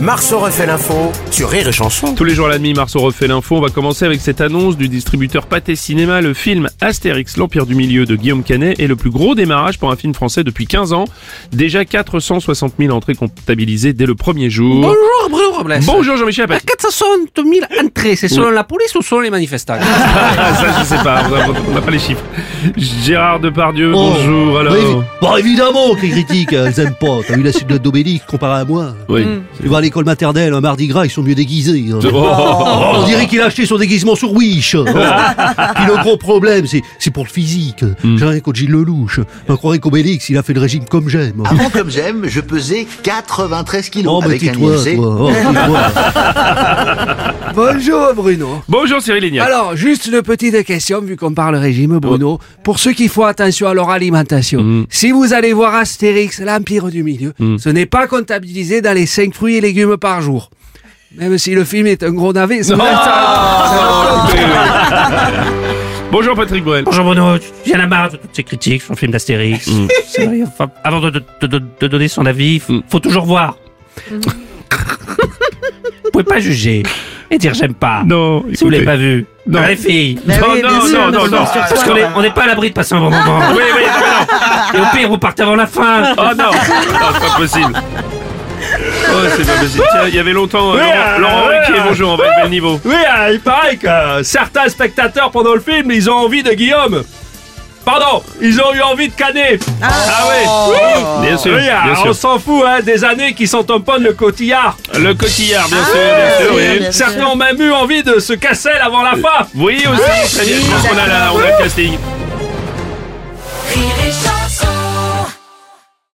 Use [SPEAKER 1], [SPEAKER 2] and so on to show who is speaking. [SPEAKER 1] Marceau refait l'info sur Rire et Chanson.
[SPEAKER 2] Tous les jours à la demi, Marceau refait l'info. On va commencer avec cette annonce du distributeur Pathé Cinéma. Le film Astérix, l'Empire du Milieu de Guillaume Canet est le plus gros démarrage pour un film français depuis 15 ans. Déjà 460 000 entrées comptabilisées dès le premier jour.
[SPEAKER 3] Bonjour Bruno Robles.
[SPEAKER 2] Bonjour Jean-Michel
[SPEAKER 3] À
[SPEAKER 2] Apathy.
[SPEAKER 3] 460 000 entrées, c'est selon la police ou selon les manifestants
[SPEAKER 2] Ah, ça, je sais pas. On n'a pas les chiffres. Gérard Depardieu,
[SPEAKER 4] Oh,
[SPEAKER 2] bonjour. Alors,
[SPEAKER 4] bah, évi- bah, évidemment que les critiques, elles aiment pas. T'as vu la suite de Dobélix comparé à moi
[SPEAKER 2] oui.
[SPEAKER 4] Tu vas à l'école maternelle, un mardi gras, ils sont mieux déguisés. hein.
[SPEAKER 2] Oh.
[SPEAKER 4] Oh, on dirait qu'il a acheté son déguisement sur Wish. Oh. Puis
[SPEAKER 2] Ah.
[SPEAKER 4] le gros problème, c'est, c'est pour le physique.
[SPEAKER 2] Hmm.
[SPEAKER 4] J'ai rien contre Gilles Lelouch. On croirait qu'Obélix, il a fait le régime comme j'aime.
[SPEAKER 5] Avant comme j'aime, je pesais 93 kilos
[SPEAKER 4] Oh, mais
[SPEAKER 5] Ah, avec un
[SPEAKER 4] tais-toi,
[SPEAKER 5] IFC.
[SPEAKER 4] toi. Oh, tais-toi.
[SPEAKER 3] Bonjour Bruno.
[SPEAKER 2] Bonjour Cyril Lignac.
[SPEAKER 3] Alors, juste une petite question, vu qu'on parle régime, Bruno.
[SPEAKER 6] Oh.
[SPEAKER 3] Pour ceux qui font attention à leur alimentation,
[SPEAKER 6] Mm.
[SPEAKER 3] si vous allez voir Astérix, l'Empire du Milieu, ce n'est pas comptabilisé dans les 5 fruits et légumes par jour. Même si le film est un gros navet, c'est vrai que ça- ça-
[SPEAKER 2] Bonjour Patrick Bruel.
[SPEAKER 7] Bonjour Bruno, j'en ai marre de toutes ces critiques sur le film d'Astérix.
[SPEAKER 2] Mm.
[SPEAKER 7] C'est vrai, enfin, avant de, de- de- de donner son avis, faut, faut toujours voir. Vous pouvez pas juger et dire j'aime pas.
[SPEAKER 2] Non,
[SPEAKER 7] si vous
[SPEAKER 2] écoutez.
[SPEAKER 7] l'avez pas vu.
[SPEAKER 2] Non.
[SPEAKER 7] Non. les filles.
[SPEAKER 2] Non, non, non, non, non.
[SPEAKER 7] Parce qu'on est- on n'est pas à l'abri de passer un bon moment.
[SPEAKER 2] Oui, oui, non, mais non.
[SPEAKER 7] Et au pire, vous partez avant la fin.
[SPEAKER 2] Oh non, non c'est pas possible. Oh, c'est pas possible. Tiens, il y avait longtemps euh,
[SPEAKER 6] Oui,
[SPEAKER 2] Laurent,
[SPEAKER 6] euh,
[SPEAKER 2] Laurent
[SPEAKER 6] oui,
[SPEAKER 2] Ruquier,
[SPEAKER 6] euh,
[SPEAKER 2] bonjour, on va élever le niveau.
[SPEAKER 6] Oui, euh, il paraît que euh, certains spectateurs pendant le film, ils ont envie de Guillaume. Pardon, ils ont eu envie de Canet. Ah, oui.
[SPEAKER 2] Bien sûr,
[SPEAKER 6] Oui, euh,
[SPEAKER 2] bien
[SPEAKER 6] on
[SPEAKER 2] sûr.
[SPEAKER 6] s'en fout hein, des années qui s'en tamponnent le cotillard.
[SPEAKER 2] Le cotillard,
[SPEAKER 6] Ah,
[SPEAKER 2] bien sûr, Ah, bien sûr, oui.
[SPEAKER 3] Euh,
[SPEAKER 6] Certains ont même eu envie de se casser avant la fin.
[SPEAKER 2] Oui aussi, très bien, je pense qu'on a, la- on a le casting.